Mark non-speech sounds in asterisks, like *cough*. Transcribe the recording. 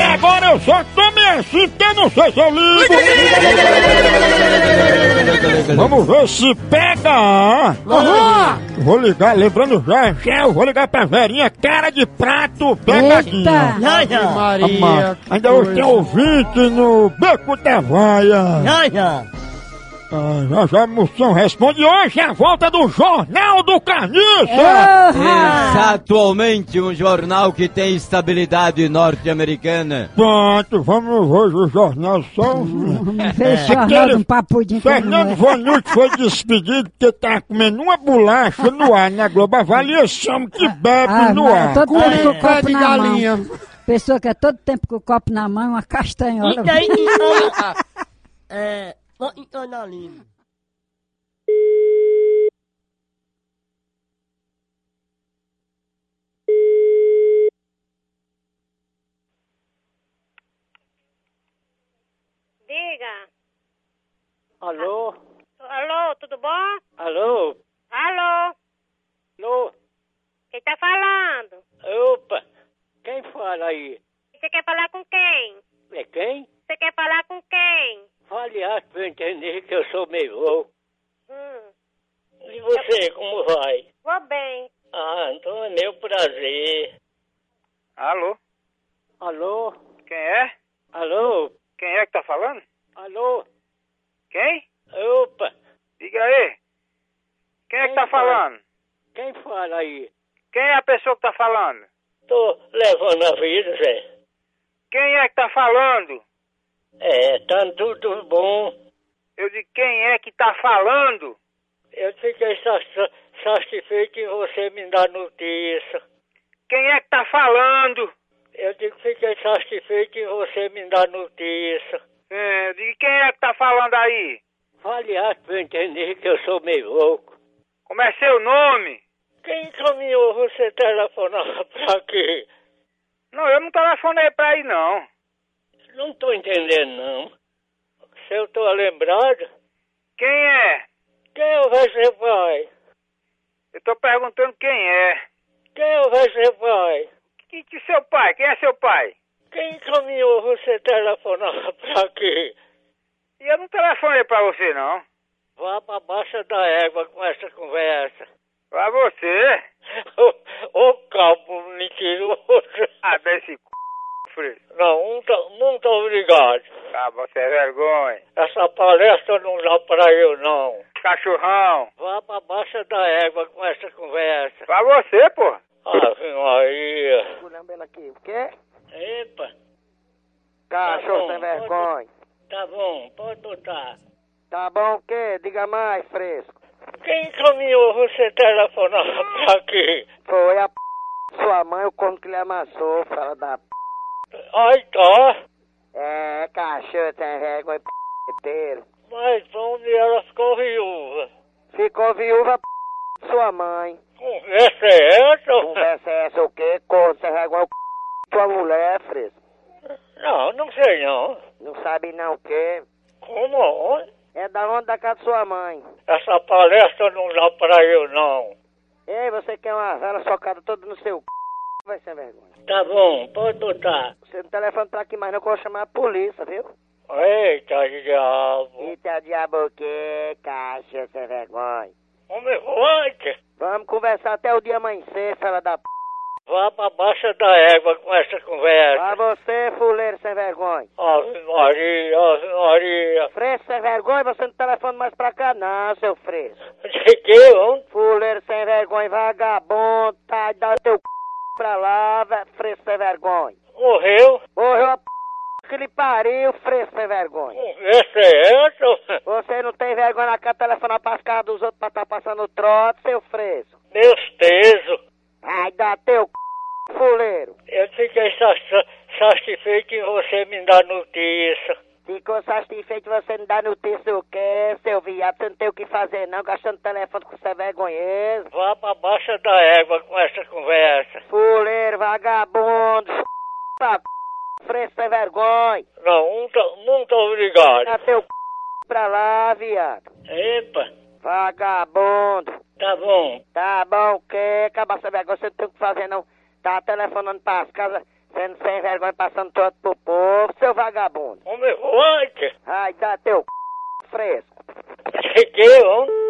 agora eu só tô me excitando, não sei se eu ligo. Vamos ver se pega. Vou ligar, lembrando já, já, eu vou ligar pra verinha, cara de prato, pegadinha. Nha, nha. Amar. Ainda hoje tem ouvinte no Beco da Vaia. Nha, nha. Ah, já já a moção responde hoje é a volta do Jornal do Carniça. Atualmente um jornal que tem estabilidade norte-americana. Pronto, vamos hoje o jornal só. um Fez jornal de um papo de Fernando Vanucci foi despedido porque tá comendo uma bolacha no ar na Globo Avaliação que bebe Ah, no mas ar. todo tempo com o pé copo de na galinha. mão. Pessoa que é todo tempo com o copo na mão, uma castanhola. E daí, então, é, vou entornar a língua. Diga. Alô? Alô, tudo bom? Alô? Alô, Alô? quem tá falando? Opa! Quem fala aí? Você quer falar com quem? É quem? Você quer falar com quem? Fale alto pra eu entender que eu sou meio louco. Hum, E você, como vai? vou bem. Ah, então é meu prazer. Alô? Alô? Quem é? Alô? Quem é que tá falando? Alô? Quem? Opa! Diga aí. Quem é que tá Quem falando? Quem fala aí? Quem é a pessoa que tá falando? Tô levando a vida, Zé. Quem é que tá falando? É, tá tudo bom. Eu digo, quem é que tá falando? Eu fiquei sa- satisfeito em você me dar notícia. Quem é que tá falando? Eu digo, fiquei satisfeito em você me dar notícia. É, eu digo, quem é que tá falando aí? Fale alto pra eu entender que eu sou meio louco. Como é seu nome? Quem encaminhou você telefonar pra quê? Não, eu não telefonei pra aí, não. Não tô entendendo, não. Se eu tô lembrado, Quem é? quem é o você vai? Eu tô perguntando quem é. Quem é o você vai? Que, que seu pai? Quem é seu pai? Quem encaminhou você telefonar *laughs* pra quê? E eu não telefonei pra você, não. Vá pra baixa da égua com essa conversa. *laughs* Pra você? Ô, ô cabo mentiroso. Ah, desse c... Fred. Não, muito, muito obrigado. Ah, você é vergonha. Essa palestra não dá pra eu, não. Cachorrão. Vá pra baixa da égua com essa conversa. Pra você, pô. Ave Maria. Lembra aqui, o quê? Epa, Cachorro sem bom, vergonha. tá bom, pode botar. Tá bom o quê? Diga mais, fresco. Quem encaminhou você telefonar pra quê? Foi a p... sua mãe, o corno que lhe amassou, fala da p... Ai, tá. É, cachorro sem vergonha, p... inteiro. Mas onde ela ficou viúva? Ficou viúva, p... sua mãe. Conversa é essa? Conversa é essa o quê? Corno sem vergonha, o p... tua mulher, fresco. Não, não sei não. Não sabe não o quê? Como? É da onde da casa de sua mãe. Essa palestra não dá pra eu, não. Ei, você quer uma vela socada toda no seu c... Vai ser vergonha. Tá bom, pode botar. Você não telefone pra aqui mais não, que eu vou chamar a polícia, viu? Eita, diabo. Eita, diabo o quê? Caixa sem vergonha. Homem voante. Vamos conversar até o dia amanhecer, fela da p... Vá pra baixa da égua com essa Pra conversa. você, fuleiro sem vergonha. Ave Maria, Ave Maria. Fresco sem vergonha, você não telefona mais pra cá não, seu fresco. De que, homem? Fuleiro sem vergonha, vagabundo, tá, dá o teu c... pra lá, ve- fresco sem vergonha. Morreu? Morreu a p... que lhe pariu, fresco sem vergonha. Conversa é essa? Você não tem vergonha na cara de telefonar pra casa dos outros pra tá passando trote, seu fresco. Meus tesos. Ai, dá teu c... fuleiro. Eu fiquei sa- sa- satisfeito em você me dar notícia. Ficou satisfeito você não dá notícia o quê, seu viado? Você não tem o que fazer não, gastando telefone com você vergonhoso. Vá pra baixa da égua com essa conversa. Fuleiro, vagabundo, f... pra c... fresco sem vergonha. Não, muito, muito Dá obrigado. teu c... pra lá, viado. Epa, Vagabundo. tá bom. Tá bom, o quê? Acaba sem vergonha, você não tem o que fazer não. Tá telefonando pras casas, Sendo sem vergonha, passando todo pro povo, seu vagabundo. Homem voante. Ai, dá teu c... fresco. Sei que, um homem.